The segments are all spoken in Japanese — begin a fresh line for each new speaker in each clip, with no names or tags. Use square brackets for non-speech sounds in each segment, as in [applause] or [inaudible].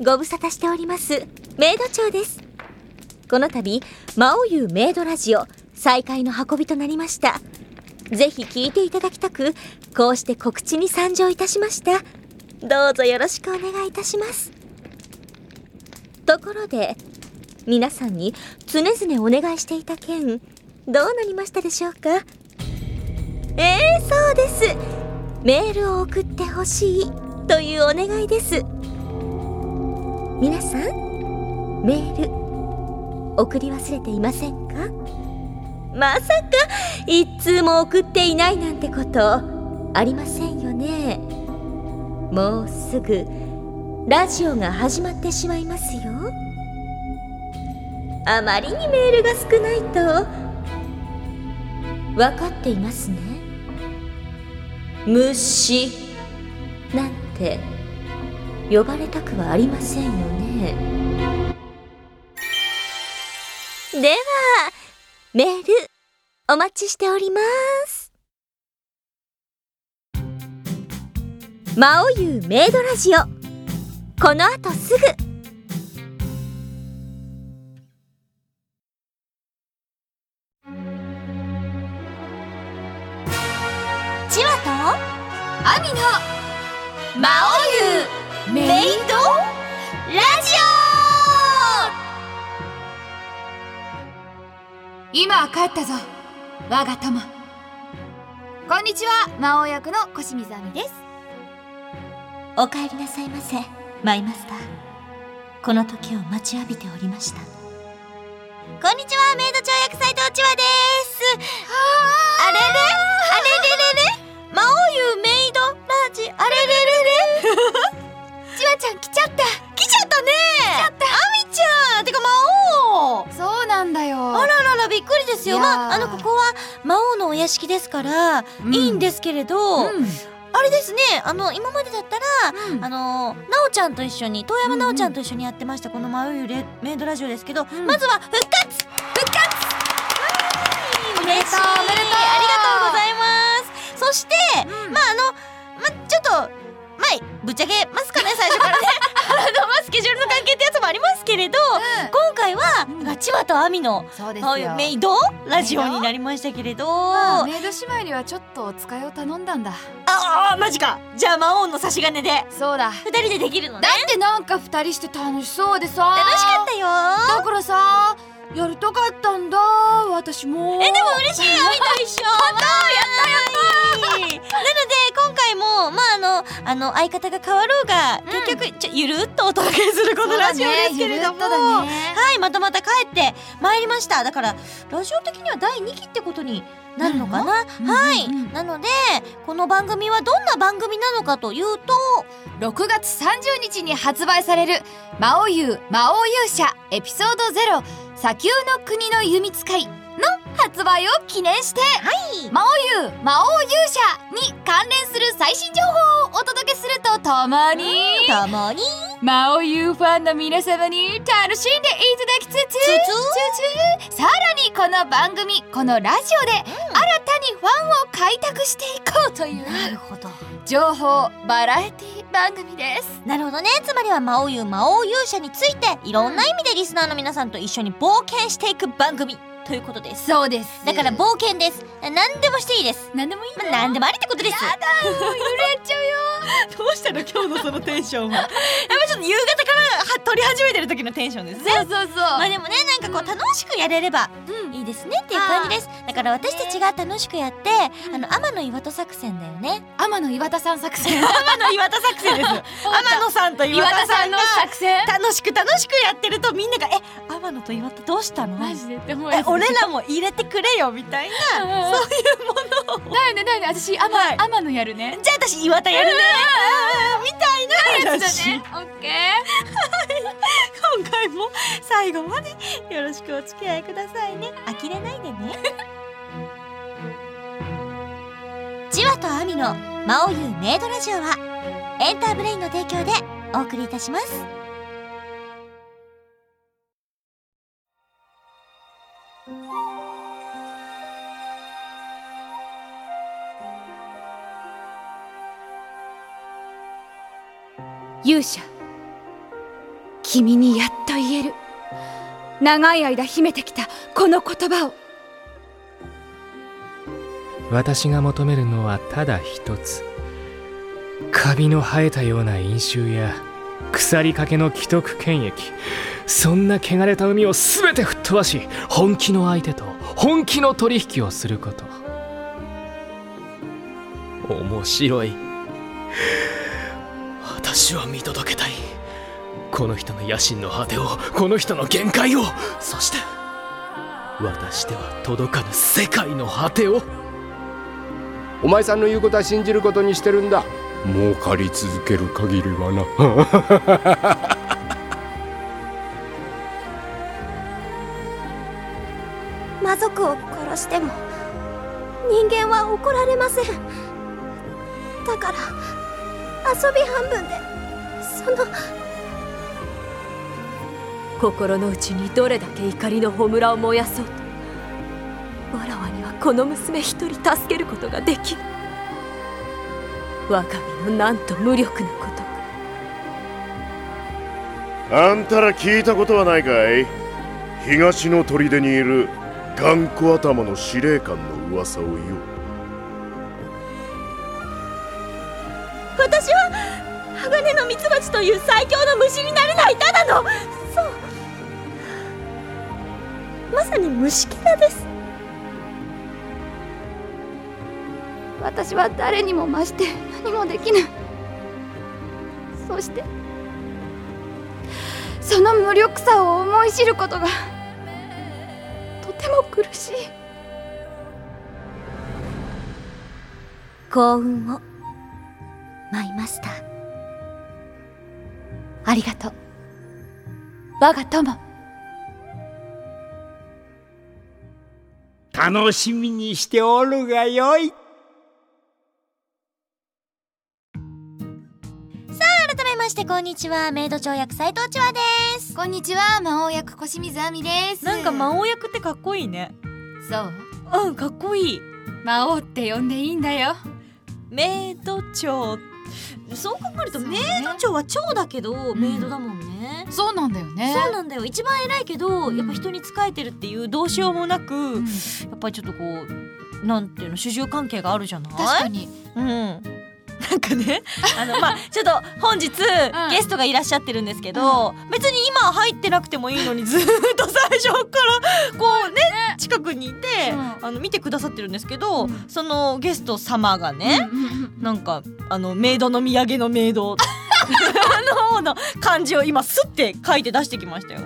ご無沙汰しておりますメイド長ですこの度魔王優メイドラジオ再開の運びとなりましたぜひ聞いていただきたくこうして告知に参上いたしましたどうぞよろしくお願いいたしますところで皆さんに常々お願いしていた件どうなりましたでしょうかええそうですメールを送ってほしいというお願いです皆さんメール送り忘れていませんかまさか一通も送っていないなんてことありませんよねもうすぐラジオが始まってしまいますよあまりにメールが少ないと分かっていますね虫なんて呼ばれたくはありませんよねではメールお待ちしております魔王優メイドラジオこの後すぐチワとアミの魔王優メイドラジ
今は帰ったぞ我が友こんにちは魔王役の小清水亜美です
オお帰りなさいませマイマスターこの時を待ちわびておりましたこんにちはメイド長役斎藤チワですあれれあれれれれ魔王優メイドラジあれれれれ
[laughs] ちわちゃん来ち
来ちゃ
ゃっ
ったね来ちゃったアミちゃんてか魔王
たそうなんだよ
あらあらあらびっくりですよ
いやー
まああのここは魔王のお屋敷ですから、
うん
いいんですけれど、
うん
あれですねあの今までだったら、
うん
あのなおちゃんと一緒に遠山なおちゃんと一緒にやってました、この魔王ゆれメイドラジオですけど、
ん
まずは復活復活
おめ
嬉しい
でとうおめでとう
ありがとうございますそして、
うん
まああのまちょっとまあぶっちゃけます
[laughs]
かね最初からねあのまあスケジュールの関係ってやつもありますけれど、今回は、
うん
なんか千葉と亜美の
そうです
ああい
よ
うメイドラジオになりましたけれど
まあ
あ
メイド姉妹にはちょっとお使いを頼んだんだ
あマジかじゃあ魔王の差し金で
そうだ
二人でできるのね
だってなんか二人して楽しそうでさ
楽しかったよ
ただからさやりたかったんだ私も
えでも嬉しい愛と一緒やったやったやったなので今回もまああのあの相方が変わろうが、
うん
結局ちょゆるっとお届けするこのラジオですけれども、
そうだねゆるっとだね
はいまたまた帰ってまいりましただからラジオ的には第2期ってことになるのかな、
うん
はい、
うんうん
なのでこの番組はどんな番組なのかというと
6月30日に発売される「魔王優魔王勇者エピソード0砂丘の国の弓使い」の発売を記念して「魔王優魔王勇者」に関連する最新情報をお届けするとともに
たまに
魔王優ファンの皆様に楽しんでいただきつ
つ
つつつさらにこの番組このラジオで新たにファンを開拓していこうという
なるほど
情報バラエティ番組です。
なるほどねつまりは魔王優魔王勇者についていろんな意味でリスナーの皆さんと一緒に冒険していく番組ということです
そうです
だから冒険です何でもしていいです、
何でもいい
まあ、何でもありってことです
やれちゃうよ
どうしたの今日のそのテンションは [laughs] やっぱちょっと夕方からは撮り始めてる時のテンションですね
そうそうそう、
まあでもねなんかこう楽しくやれれば
うん
いいですねっていう感じですだから私たちが楽しくやってあの天の岩戸作戦だよね
天野岩田さん作戦
天の岩田作 [laughs] 戦です天野さんと
岩田さんの作戦
楽しく楽しくやってるとみんなが「え天野と岩田どうしたの?」
マジでって思う
え
やつ
俺らも入れてくれよみたいなそういうものを
だよねだよね私天,、
はい
天野やるね
じゃあ私岩田やるねみたいな
やつ
話
だねオッケー
今回も最後までよろしくお付き合いくださいね呆れないでねチワとアミの「魔王優メイドラジオは」エンターブレインの提供でお送りいたします
勇者
君にやっと言える長い間秘めてきたこの言葉を
私が求めるのはただ一つカビの生えたような飲酒や腐りかけの既得権益そんな汚れた海を全て吹っ飛ばし本気の相手と本気の取引をすること面白い私は見届けたいこの人の野心の果てをこの人の限界をそして私では届かぬ世界の果てを
お前さんの言うことは信じることにしてるんだ儲かり続ける限りはな
魔族を殺しても人間は怒られませんだから遊び半分でその
心の内にどれだけ怒りの炎を燃やそうとわらわにはこの娘一人助けることができる我が身のなんと無力なことか
あんたら聞いたことはないかい東の砦にいる頑固頭の司令官の噂をよ
私は鋼のミツバチという最強の虫になれないただのそうまさに虫キラです
私は誰にも増して何もできないそしてその無力さを思い知ることがとても苦しい
幸運を舞いました
ありがとう我が
[laughs]
友
楽しみにしておるがよい
改めましてこんにちはメイド長役斎藤千和です
こんにちは魔王役小清水亜美です
なんか魔王役ってかっこいいね
そう
うんかっこいい
魔王って呼んでいいんだよ
メイド長そう考えると
そう
メ
ね
イド長は長だけどメイドだもんね、
そうなんだよね
そうなんだよ一番偉いけど、
うん
やっぱ人に仕えてるっていうどうしようもなく、
うん
やっぱりちょっとこうなんていうの主従関係があるじゃない
確かに
うんなんかね [laughs] あのまあちょっと本日、ゲストがいらっしゃってるんですけど、別に今入ってなくてもいいのにずーっと最初からこうね近くにいて、
うん
あの見てくださってるんですけど、
うん
そのゲスト様がね、
うんうんうん
なんかあのメイドの土産のメイ
[laughs]
ドの方の漢字を今すって書いて出してきましたよ。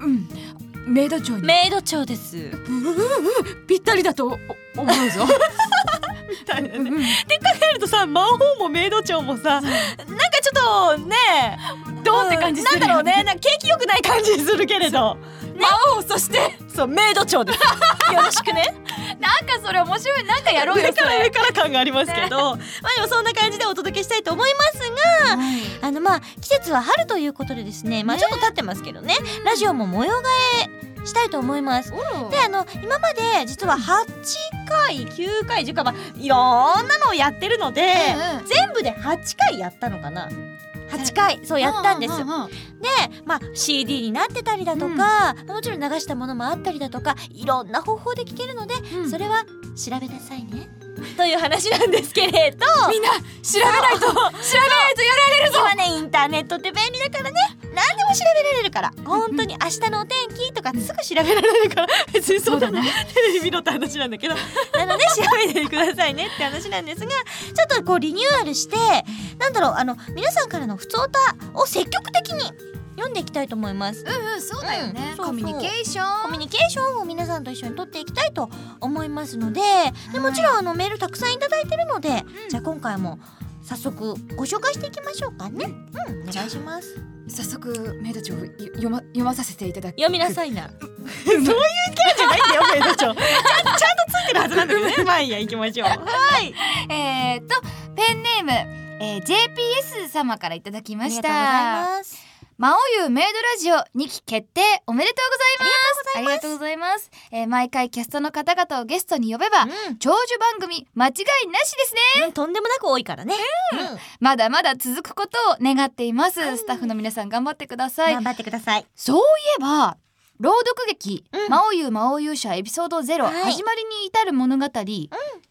うんメイド長に
メイド長です。み
ぴったりだと思うぞ
たいなね。って考えるとさ魔法もメイド長もさなんかちょっとね
ドンって感じするよね
うんなんだろうねなんか景気よくない感じするけれど、魔王そしてそうメイド長です [laughs] よろしくね
なんかそれ面白いなんかやろうよ
上
そ
から
れ
上から感がありますけど、まあでもそんな感じでお届けしたいと思いますが、あのまあ季節は春ということでですねまあちょっと経ってますけどねラジオも模様替えしたいと思いますであの今まで実は8回9回10回、まあ、いろんなのをやってるので、
うんうん
全部で8回やったのかな8回そうやったんです、
うううう
で、まあ、CD になってたりだとか、もちろん流したものもあったりだとかいろんな方法で聞けるので、
うん
それは調べなさいね。という話なんですけれど
みんな調べないと調べないとやられるぞ
今ねインターネットって便利だからね何でも調べられるから本当に明日のお天気とかすぐ調べられるから別にそんなの [laughs] テレビ見ろって話なんだ
[laughs]
けどなので調べてくださいねって話なんですがちょっとこうリニューアルしてなんだろうあの皆さんからの不通歌を積極的に読んでいきたいと思います。
うんうんそうだよね
うんそうそう
コミュニケーショ
コ
ン
ミュニケーションを皆さんと一緒に取っていきたいと思いますのででもちろんあのメールたくさんいただいてるので、じゃあ今回も早速ご紹介していきましょうかね。うん、お願いします。
早速メイド長よ読ま読まさせていただき
読みなさいな。 [laughs] そういうキャラじゃないんだよ、メイ [laughs] ド長。ちゃんちゃんとついてるはずなんだけど [laughs] ね。まあいいや、行きましょう。はい。
えーっとペンネーム、えー、JPS 様からいただき
あ
ま
り
し
がとうご
た
ざいます。
魔王優メイドラジオ2期決定おめでとうございますありがとうございますえー毎回キャストの方々をゲストに呼べ
う
ば、
ん
長寿番組間違いなしですね
うんとんでもなく多いからね、うん
まだまだ続くことを願っています、スタッフの皆さん頑張ってください、
頑張ってください
そういえば朗読劇「
うん
魔王優魔王勇者エピソードゼロ、
はい
始まりに至る物語、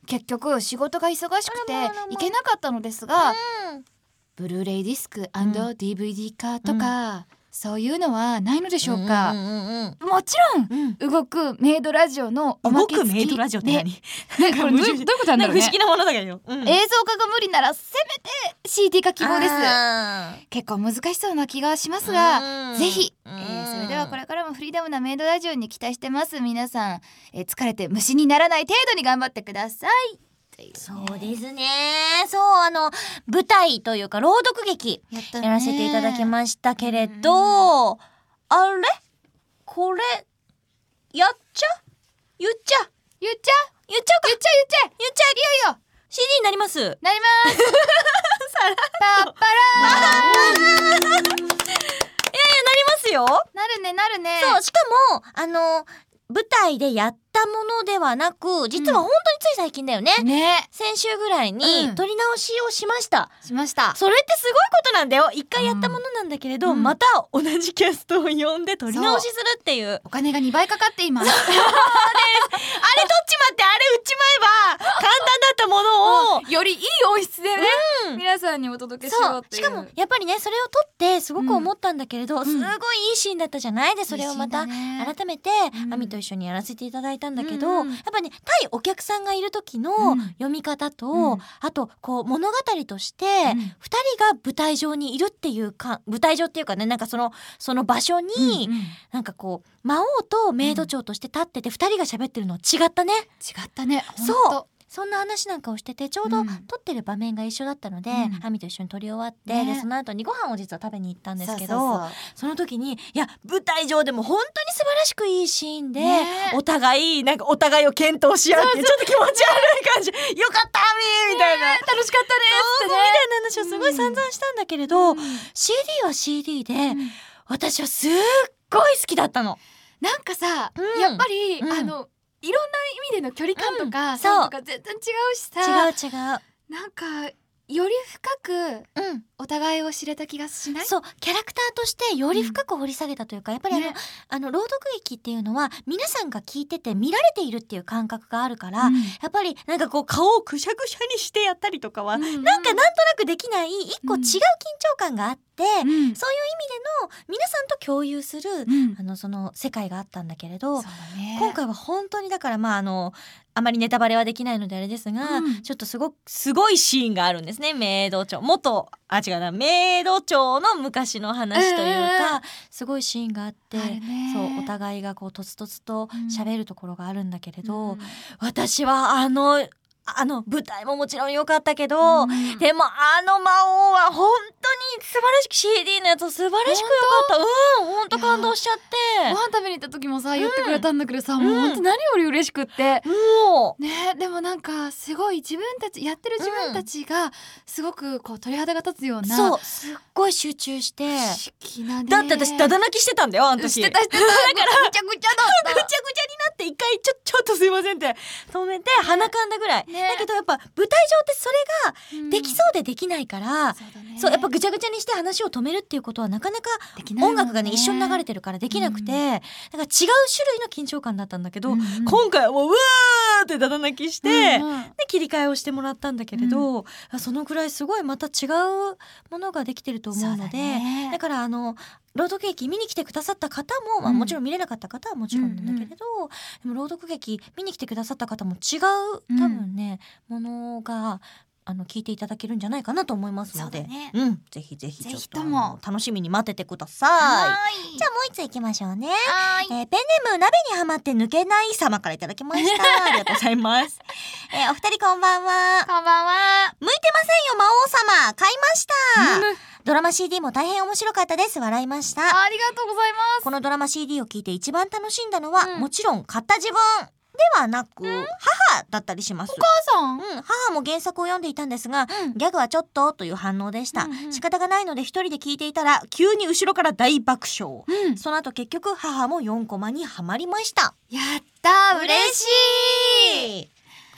結局仕事が忙しくて
あらまあらまあ
行けなかったのです
う
が、
ん
ブルーレイディスク &DVD 化とか、そういうのはないのでしょうか、
んうんうん
もちろん
うん
動くメイドラジオのおま
動
け付
く
き
メイドラジオって何
ねねこれどう
矛
どう
盾
いうことなんだろう
か
ね
不思議なものだけどよ、うん
映像化が無理ならせめて CD 化希望です
あー
結構難しそうな気がしますが、
うん
ぜひ、え
うん
ーそれではこれからもフリーダムなメイドラジオに期待してます皆さん、えー疲れて虫にならない程度に頑張ってくださいというね
そうですねそうあの舞台というか朗読劇
やった
や
ね
らせていただきましたけれど、あれこれやっちゃ言っちゃ言っ
言っちゃ
ちゃうか
言っちゃ言っちゃ
言っちゃえ
いいよ
CD になります
なります
[laughs]
パッパ
いや
ラ
いやなりますよ
なるねなるね
そうしかもあの舞台でやったものではなく実は
うん
本当につい最近だよね、
ね
先週ぐらいに
うん
撮り直しをしました、
しました
それってすごいことなんだよ一回やったものなんだけれど、
うん
また同じキャストを呼んで撮り直しするっていう
お金が2倍かかっています
あれ取っちまってあれ売っちまえば簡単だったものを
[laughs] よりいい音質でね、
うん
皆さんにお届けしよ
そうう
ってい
し
う
かもやっぱりねそれを撮ってすごく思ったんだけれど、
ん
すごいいいシーンだったじゃないでそれをまた
嬉しいんだね
改めて
うん
亜美と一緒にやらせていただいたんだけど、
うんうん
やっぱね対お客さんがいる時
う
の
ん
読み方と、
うん
あとこう物語として
う
2
ん
人が舞台上にいるっていうか舞台上っていうかねなんかそのその場所に、
うんうん違
なんかこう魔王とメイド長として立ってて2人が喋ってるのは違ったね。
ったねほんと
そうそんな話なんかをしててちょうど
うん
撮ってる場面が一緒だったので、
うん
亜美と一緒に撮り終わって、
ね
でその後にご飯を実は食べに行ったんですけどそ
そ
う
そうそう
の時にいや舞台上でも本当に素晴らしくいいシーンで、
ね
お互いなんかお互いを検討し合ってちょっと気持ち悪い感じ「よかった亜美!」みたいな、
楽しかった
そうそうみたいな話をすごい散々したんだけれど、
うん
CD は CD で、
ん
私はすっごい好きだったの。
なんかさ、
うん
やっぱり、
うん
あのいろんな意味での距離感とか、
うん
そういうのが全然違うし
違
さ
う違う。
なんかより深く
うん
お互いを知れた気がしない
そうキャラクターとしてより深く掘り下げたというか、やっぱりあの,、
ね
あの朗読劇っていうのは皆さんが聞いてて見られているっていう感覚があるから、
うん
やっぱりなんかこう顔をくしゃくしゃにしてやったりとかは、
うん
なんかなんとなくできない一個違う緊張感があって、
うんうん
そういう意味での皆さんと共有する、
うん
あのその世界があったんだけれど
そうだね
今回は本当にだからまああのあまりネタバレはできないのであれですが、
うん
ちょっとすごくすごいシーンがあるんですね明道町元あ違うな明道町の昔の話という
うんうん
か、すごいシーンがあって。
あるね
そうお互いがこうとつとつと喋るところがあるんだけれど、
うん
私はあのあの舞台ももちろん良かったけど、
うん
でもあの魔王は本当に素晴らしく CD のやつ素晴らしく良かったうん本当感動しちゃ
ご
っ
飯食べに行った時もさ言ってくれたんだけどさ、
ん
もう本当何より嬉しくって、
てもう
ねでもなんかすごい自分たちやってる自分たちがすごくこう鳥肌が立つような
そうすっごい集中して
不思議なね
だって私ダダ泣きしてたんだよあの時
してたしてただからぐちゃぐちゃだ
ぐ
っ
ちゃぐ
た
ちゃになって一回ちょ [laughs] ちょっとすいませんって止めて鼻かんだぐらい、
ね
だけどやっぱ舞台上ってそれが [laughs] できそうでできないから、
そうだね
そうやっぱぐちゃぐちゃにして話を止めるっていうことはなかなか
できないもん
音
ね
楽がね一緒に流れてるからできなくて、
う
なんか違う種類の緊張感だったんだけど、
うんうん
今回はもううわーってダダ泣きして、
うんうん
で切り替えをしてもらったんだけれど、そのくらいすごいまた違うものができてると思うの
そうだ
で
ね
だからあの朗読劇見に来てくださった方も、まあ、
うん
もちろん見れなかった方はもちろんなんだけれど、でも朗読劇見に来てくださった方も違う多分ね、ものがあの聞いていただけるんじゃないかなと思いますので
そうだね
うん、ぜひぜひちょっ
ぜ
と
ひとも
あの楽しみに待っててください。
い
じゃあもう一つ行きましょうね。
はーい
えーペンネーム鍋にはまって抜けない様からいただきました。ありがとうござい [laughs] ます。えーお二人こんばんは。
こんばんは
向いてませんよ、魔王様。買いました。ドラマ CD も大変面白かったです。笑いました。
ありがとうございます
このドラマ CD を聞いて一番楽しんだのは、
うん
もちろん買った自分。はなく母だったりします
母さ
う
ん
ん、母も原作を読んでいたんですが、
うん
ギャグはちょっとという反応でした、
うんうん
仕方がないので一人で聞いていたら急に後ろから大爆笑、
うん
その後結局母も4コマにはまりました
やったー嬉しい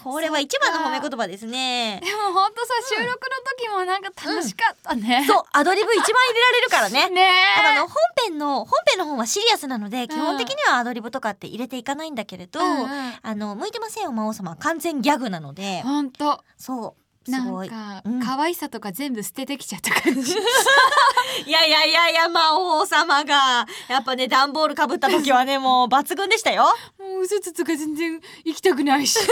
これは一番の褒め言葉ですね
でもほんとさ収録の時もなんか楽しかったね、
そうアドリブ一番入れられるからね
ね
あのあ
え
の本編の本編の方はシリアスなので基本的にはアドリブとかって入れていかないんだけれど、
うんうん
あの向いてませんよ魔王様は完全ギャグなので
ほんと
そうす
な
ご
ん
い
か
うん
可愛さとか全部捨ててきちゃった感 [laughs] じ
いやいやいやいや、魔王様が、やっぱね、段ボールかぶった時はね、もう抜群でしたよ。
もう嘘つつか全然生きたくないし [laughs] そう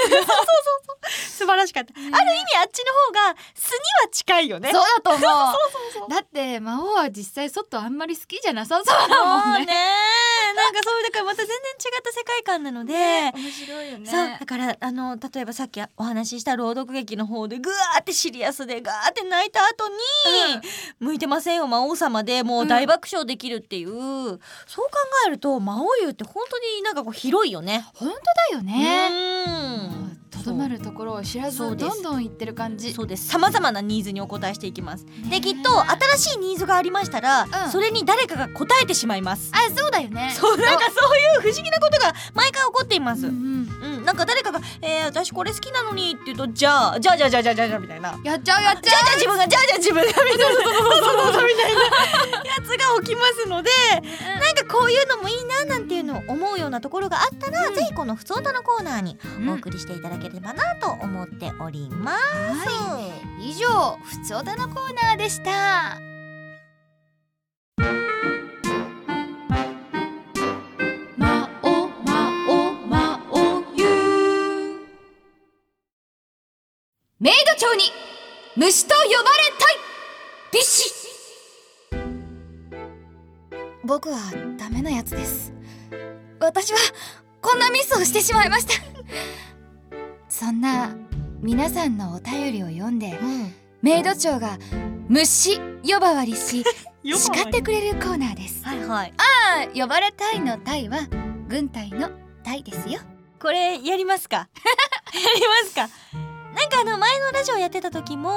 素晴らしかった。ある意味あっちの方が、素には近いよね。
だと思うだって魔王は実際外あんまり好きじゃなさそうだもん
ね
ね
なんかそういう、だからまた全然違った世界観なので、
面白いよね
そうだからあの例えばさっきお話しした朗読劇の方でぐわーってシリアスでガーって泣いた後に、向いてませんよ魔王様でもう大爆笑できるっていう、そう考えると魔王優って本当になんかこう広いよね。
本当だよねもうとどまるところを知らず
そう
ど
です
んどん行ってる感じ
そうです。様々なニーズにお答えしていきます。
ねえ
で、きっと新しいニーズがありましたら、
うん
それに誰かが答えてしまいます。
あそうだよね
そう、なんかそういう不思議なことが毎回起こっています。
う
うんん、
うん
なんか誰かが、えー、私これ好きなのにって言うと、じゃあ、じゃあじゃあじゃあじゃあじゃあじゃあみたいな。
やっちゃうやっ
じ
ち
ゃ
ゃう
あじゃあ自分が、じゃあじゃあ自分が、みたいな。そうそうそうそうみたいなやつが起きますので、なんかこういうのもいいななんていうのを思うようなところがあったら、ぜひこのふつおたのコーナーにお送りしていただければなと思っております。
以上ふつおたのコーナーでしたまおまおまおゆメイド長に虫と呼ばれたいビシ僕はダメなやつです私はこんなミスをしてしまいましたそんな皆さんのお便りを読んで、メイド長が虫 [laughs] 呼ばわりし叱ってくれるコーナーです
はいはい。
あ呼ばれたいのタイは軍隊のタイですよ
これやりますか [laughs] やりますかなんかあの前のラジオやってた時も、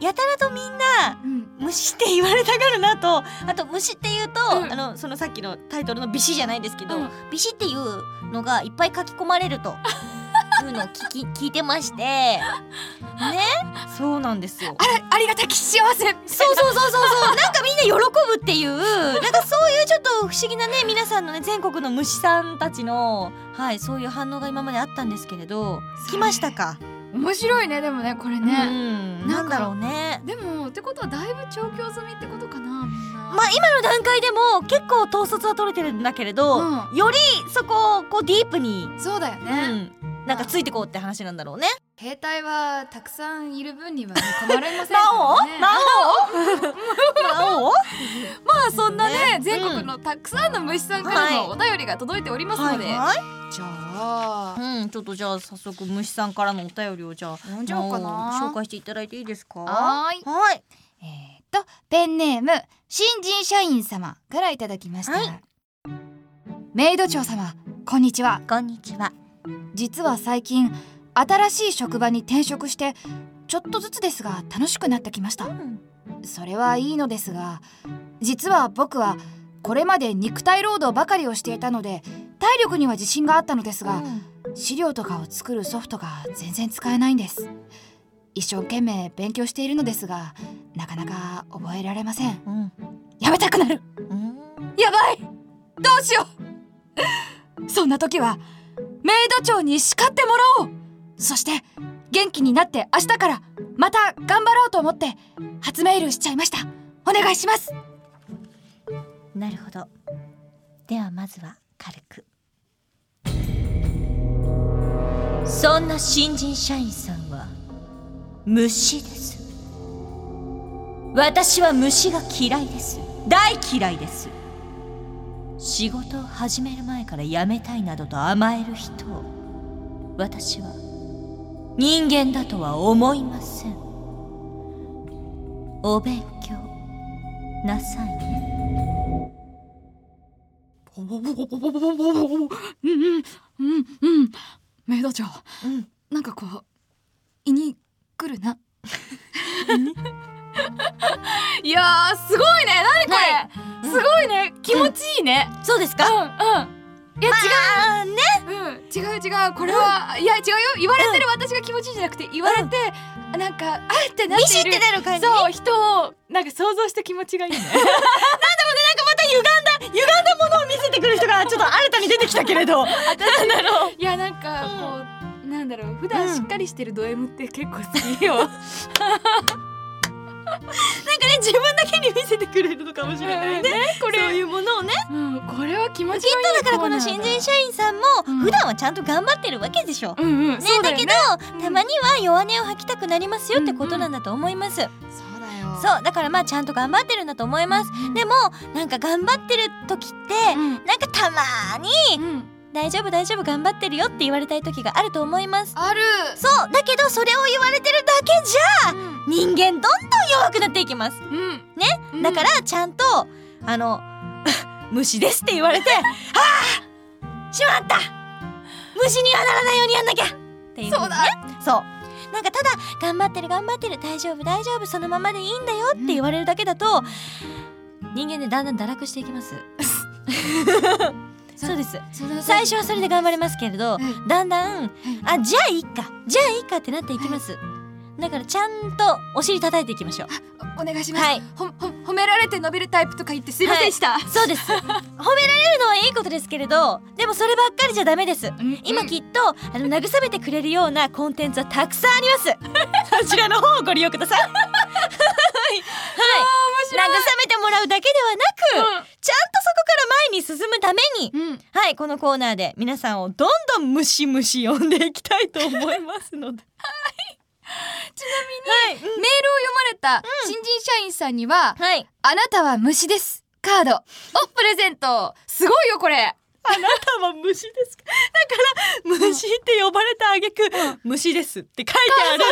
やたらとみんな
うん
虫って言われたがるなとあと虫っていうと、
うん
あのそのさっきのタイトルの「ビシ」じゃないですけど、
うん
ビシっていうのがいっぱい書き込まれるというのを聞 [laughs] き聞いてましてねそうなんですよ
あらありがたき幸せ
そうそうそうそうそうなんかみんな喜ぶっていうなんかそういうちょっと不思議なね皆さんのね全国の虫さんたちのはいそういう反応が今まであったんですけれど来ましたか、
面白いねでもねこれ
う
ね、
ん
な
なんん
か
だろうね
でもってことはだいぶ調教済みってことかなみんな
まあ今の段階でも結構統率は取れてるんだけれど、
う
よりそこをこうディープに、
そうだよね、
うん、なんかついてこうって話なんだろうね
兵隊はたくさんいる分にはね困れません
魔王
からね
魔
[laughs]
王魔王
まあそんなね
ね
全国のたくさんの虫さんからのお便りが届いておりますので、
はい
じゃあ
うんちょっとじゃあ早速虫さんからのお便りをじゃあ
読んじゃおうかな
魔王紹介していただいていいですか
はーい
はい
えーっとペンネーム新人社員様からいただきました、
はい
メイド長様こんにちは
こんにちは。
実は最近新しい職場に転職してちょっとずつですが楽しくなってきましたそれはいいのですが実は僕はこれまで肉体労働ばかりをしていたので体力には自信があったのですが、資料とかを作るソフトが全然使えないんです一生懸命勉強しているのですがなかなか覚えられません
うん。
やめたくなる
うん。
やばいどうしようそんな時はメイド長に叱ってもらおうそして元気になって明日からまた頑張ろうと思って初メールしちゃいましたお願いします
なるほど。ではまずは軽く。そんな新人社員さんは虫です。私は虫が嫌いです。大嫌いです。仕事を始める前から辞めたいなどと甘える人を私は人間だとは思いません。お勉強なさいね。
うんうんうんうんメイド長、なんかこう胃に来るな [laughs] いやーすごいね何これ、すごいね気持ちいいね、
そうですか
うんうんいや、違うね、うん、違う違うこれは、いや違うよ言われてる私が気持ちいいじゃなくて言われて、なんかあーってなってい
ビシ
る
ってなる感じ
そう人をなんか想像して気持
[laughs]
ちがいいね
歪んだ歪んだものを見せてくる人がちょっと新たに出てきたけれ [laughs] ど
私だろいやなんかこう、なんだろう普段しっかりしてるド M って結構好
[laughs]
きよ、
なんかね自分だけに見せてくれるのかもしれないねこれそういうものをね
うん、これは気持ち
きっ
がいい
とだからこの新人社員さんも
うん
普段はちゃんと頑張ってるわけでしょ、
員うんうん
ね
そう
だ
だよ
け
ね
ど
うん
たまには弱音を吐きたくなりますよってことなんだと思います、
そうだよ
そうだからまあちゃんと頑張ってるんだと思います、
うん
でもなんか頑張ってる時って、
うん
なんかたまーに
うん
大丈夫大丈夫頑張ってるよって言われたい時があると思います
ある
そうだけどそれを言われてるだけじゃ人間どんどん弱くなっていきます
うんね
だからちゃんとあの [laughs] 虫ですって言われ [laughs] てああしまった虫にはならないようにやんなきゃっていう、ね、
そうだ
そうなんかただ頑張ってる頑張ってる大丈夫大丈夫そのままでいいんだよって言われるだけだと、人間でだんだん堕落していきますそうです最初はそれで頑張れますけれど、
い
だんだんあじゃあいいかじゃあいいかってなっていきます、だからちゃんとお尻叩いていきましょう
おお願いします、
はい
ほほ褒められて伸びるタイプとか言ってすいませんでした、
そうです褒められるのはいいことですけれどでもそればっかりじゃダメです
うん
今きっとあの慰めてくれるようなコンテンツはたくさんありますそちらの方をご利用くださいはい、はい、慰めてもらうだけではなく、ちゃんとそこから前に進むために
うん、うん
はいこのコーナーで皆さんをどんどんムシムシ呼んでいきたいと思います [laughs] のではいちなみ
メールを読まれた新人社員さんには、
にはい、はい、
あなたは虫ですカードをプレゼントすごいよこれ
あなたは虫ですかだから虫って呼ばれた挙句虫ですって書いてある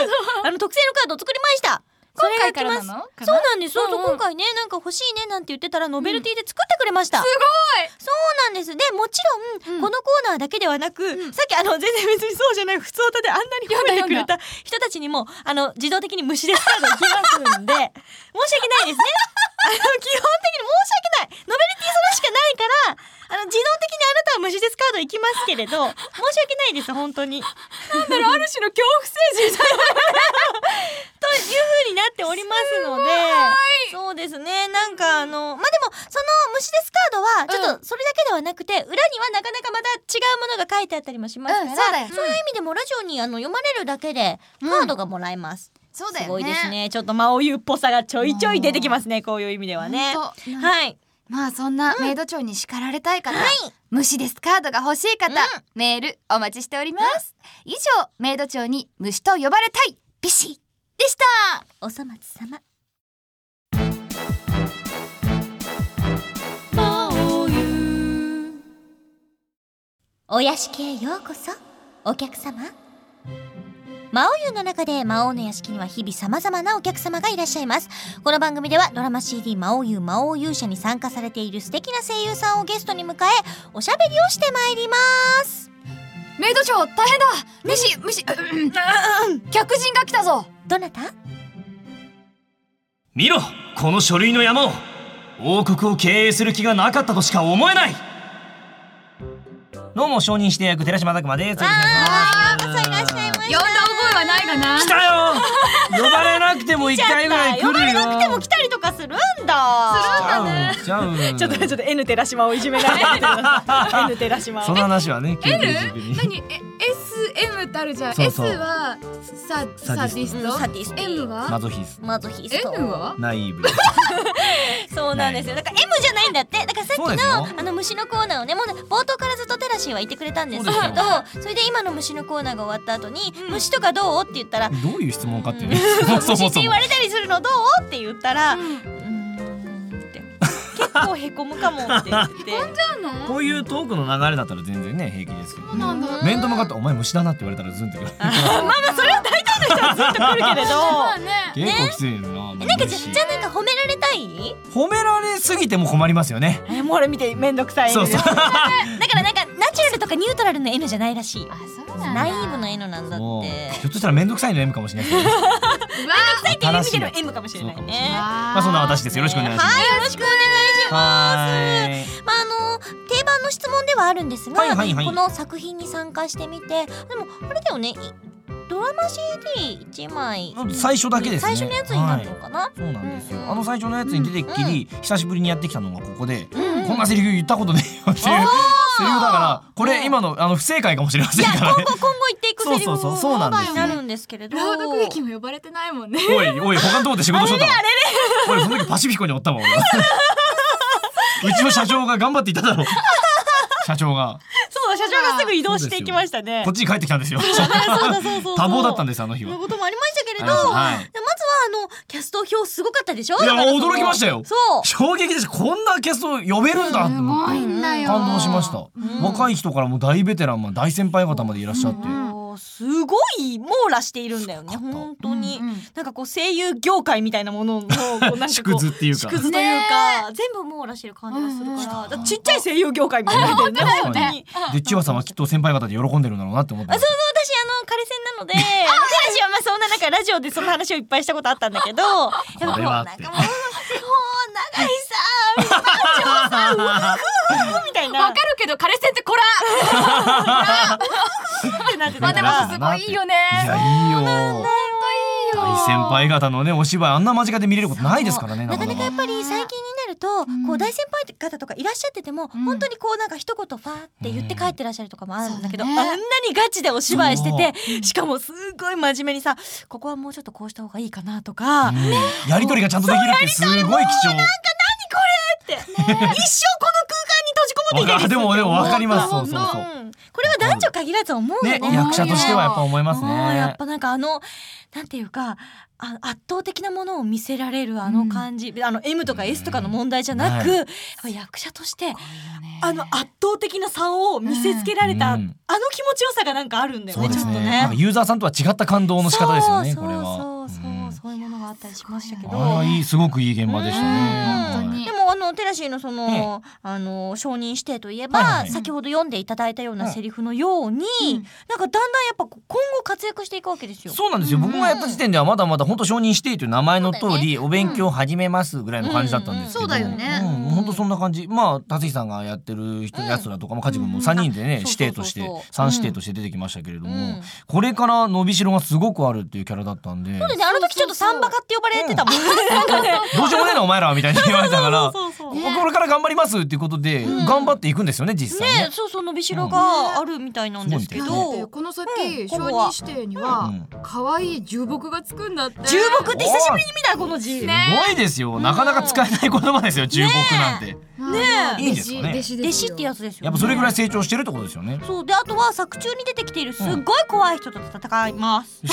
あの特製のカードを作りましたそれ
今
が
回
来
から
ま
な
す
のか
そうなんです、そう
うんうん
今回ねなんか欲しいねなんて言ってたらノベルティで作ってくれました、
す
そうなんですでもちろん、
うん
このコーナーだけではなく、さっきあの全然別にそうじゃない普通歌であんなに褒めてくれた人たちにもあの自動的に虫ですカードをきますん [laughs] で申し訳ないですねあの基本的に申し訳ないノベルティそれしかないからあの自動的にあなたは虫ですカードいきますけれど申し訳ないです本当にという
ごいなんだろうある種の恐怖政治
風になっておりますのでそうですねなんかあのまあでもその虫ですカードはちょっとそれだけではなくて、裏にはなかなかまた違うものが書いてあったりもしますから、
うんそうだよ
いう意味でもラジオにあの読まれるだけでカードがもらえます、
そう
すごいですねちょっと魔王優っぽさがちょいちょい出てきますねこういう意味ではね
ほんと
はい
まあそんなメイド長に叱られたい方、虫ですカードが欲しい方、
うん
メールお待ちしております、以上メイド長に虫と呼ばれたいビシッでした
おそ松様お屋敷へようこそお客様魔王湯の中で魔王の屋敷には日々様々なお客様がいらっしゃいますこの番組ではドラマ CD 魔王湯魔王勇者に参加されている素敵な声優さんをゲストに迎えおしゃべりをしてまいります
メイド長大変だ虫虫うん客人が来たぞ
どなた
見ろこの書類の山を王国を経営する気がなかったとしか思えないどうも承認して役寺島拓磨です
あーよ
よ
う
ろ
こ
し
そ
く
い
お
ら
願
っしゃい
し
ま
ま
し
す
呼
た
んだ覚えはないがな
来たよ呼ばれなくても一回ぐらい来るよ
呼ばれなくても来たりとかするんだ
来ちゃう
ちょっとちょっと N 寺島をいじめられ [laughs] てる N 寺島
その話はね
L?
90に
何え SM ってあるじゃん
そうそう
S はササ
サ
デ
デ
ィ
ィ
ス
ト
ス
ト
うんサディスト
M は
マゾヒス
マゾヒスト
N は
ナイーブ
そうなんですよ。だから M じゃないんだって。だからさっき
そうですよ
のあの虫のコーナーをね、もうね冒頭からずっとテラシーは言ってくれたんですけ
そう
ど
です、
それで今の虫のコーナーが終わった後に、虫とかどうって言ったら、
どういう質問かっていう
う
ね
ん
[laughs] そもそ
虫
も
って
そ
言
も
われたりするのどうって言ったら、うーんって結構へこむかもって言ってて。
[laughs] こういうトークの流れだったら全然ね平気ですけどね
なんだ
面と向かってお前虫だなって言われたらズンってくる
[laughs] まあまあそれは大体の人はずっと来るけれど。
まあね
結構きついな、
なんかじゃじゃあなんか褒められたい
褒められすぎても困りますよね
えもうあれ見てめんどくさい
そう [laughs] そう
だからなんかナチュラルとかニュートラルの N じゃないらしいあそうなんナイーブの N なんだって
もうひょっとしたら面倒くさいの M かもしれないです
[laughs]
ね
めんどくさいっていう意味での
新しい
M かもしれないね
まあそんな私ですよろしくお願いします
はいよろしくお願いします
はーい
まああの定番の質問ではあるんですが、
はいはいはい
この作品に参加してみてでもあれだよねいドラマ CD1 枚
最初だけですね
最初のやつになるのかな、
そうなんですよあの最初のやつに出てっきり久しぶりにやってきたのがここで
うん
こんなセリフ言ったことねえよっていうセリフだからこれ今のあの不正解かもしれませんからね
今後言っていくセリフ
そうそうそうそうなんですよ
になるんですけれど
朗読劇も呼ばれてないもんね
おいおい他のとこで仕事しとったわ
あれね
おいその時パシフィコにおったわ
[laughs]
俺うちの社長が頑張っていただろう社長が
そう社長がすぐ移動していきましたね
こっちに帰ってきたん
[laughs]
ですよ
そうだそうそう
多忙だったんですあの日
という
は
こともありましたけれど、
ありましたはい
まずはあのキャスト表すごかったでしょ
いや
だからその
驚きましたよ
そう
衝撃でしたこんなキャスト呼べるんだって思って感動しました若い人からもう大ベテランも大先輩方までいらっしゃって
もうすごい網羅しているんだよね本当に、なんかこう声優業界みたいなも
[laughs]
ののこうなんかこう
縮図っていうか
縮図というか、全部網羅してる感じがするから,、だからちっちゃい声優業界みたいな本当
確かにで千葉さんはきっと先輩方で喜んでるんだろうなって思って
あ
ま
そうそ
す
う私あの彼戦なのであの彼氏はまあそんななんかラジオでその話をいっぱいしたことあったんだけ
[laughs]
どやっぱこう
これ
な
は
ん
っ
か
て
もうもう長いさ番長さうふふふみたいなわかるけど彼戦ってこらってなって
まあ
た
で
か
も
ら
すごいいいよね
いやいいよ大先輩方のねお芝居あんな間近で見れることないですからね
なか
なか
な
な
か
か
やっぱり最近になると、こう大先輩方とかいらっしゃってても、本当にこうなんか一言ファーって言って帰ってらっしゃるとかもあるんだけど、あんなにガチでお芝居しててしかもすごい真面目にさここはもうちょっとこうした方がいいかなとか、
うんやりとりがちゃんとできるってすごい貴重
何これって、一生この空間に閉じこもっていたい
わかでもでもわかりますそうそうそう
これは男女限らず思うよね
ね役者としてはやっぱ思いますね
うんやっぱなんかあのなんていうかあ圧倒的なものを見せられるあの感じ、あの M とか S とかの問題じゃなく、
うん
やっぱ役者として、あの圧倒的な差を見せつけられた、
うん
あの気持ちよさがなんかあるんだよ
そう
ね
で
ちょ
す
っと
ね
ね
なんかユーザーさんとは違った感動の仕方ですよねこれは
そうそうそうそういうものがあったりしましたけど、
ああいいすごくいい現場でしたね
でもあのテラシーのその、あの承認指定といえば、
はいはい
先ほど読んでいただいたようなセリフのように、なんかだんだんやっぱこう今後活躍していくわけですよ。
そうなんですよ、僕がやった時点ではまだまだ本当承認してという名前の通
そうだ
り、お勉強を始めますぐらいの感じだったんですけど、
うんうんそうだよね
うんもう本当そんな感じまあ達彦さんがやってる人やつらとかも梶君も3人でね、指定として3指定として出てきましたけれども、これから伸びしろがすごくあるっていうキャラだったんで
そうだねあの時ちょっとサンバカって呼ばれてたもんね。なんかね
どうしようもねえなお前らみたいに言われたから
そうそうそう
僕これから頑張りますっていうことで、頑張っていくんですよね実際ね
ねそうそう伸びしろがあるみたいなんですけど、
うん
だってこの先、承
ここは
認指定には可愛い重木がつくんだって
重木って久しぶりに見たこの字。ね
すごいですよ、なかなか使えない言葉ですよ中国なんて、
え
いいんですかね
弟子弟子ってやつですよね。
やっぱそれぐらい成長してるってことですよね
そうであとは作中に出てきているすっごい怖い人と戦います。 [laughs] すっごい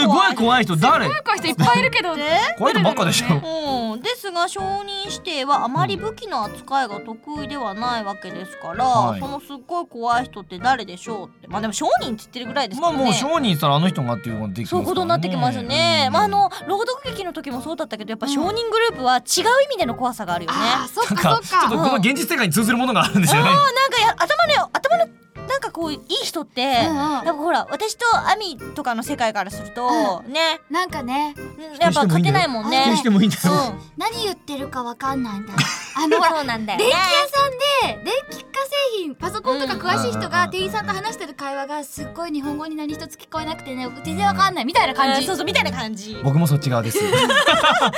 すごい怖い人誰
怖い人いっぱいいるけどね。
怖い人ばっかでしょ
うん、ですが承認指定はあまり武器の扱いが得意ではないわけですから、
はい
そのすっごい怖い人って誰でしょうってまあでも商人っつってるぐらいです
ま
か
あ
らね、
もう商人したらあの人がっていうのができて
そ
ま
うい
す
うこ
から
とになってきますねまああの朗読劇の時もそうだったけどやっぱ商人グループは違う意味での怖さがあるよね、そっ
なんかちょっとこの現実世界に通ずるものがあるんですよね
あーなんかや頭の頭のなんかこういい人って、やっぱほら私とアミとかの世界からすると、ねなんかねやっぱ勝てないもんね
否定してもいいんだよ
う
何言ってるかわかんないんだ。
あのほら
そうなんだよね
電気屋さんで電気化製品パソコンとか詳しい人が店員さんと話してる会話がすっごい日本語に何一つ聞こえなくてね全然わかんないみたいな感
うん
じ
そうそうみたいな感じ
僕もそっち側です
なんかね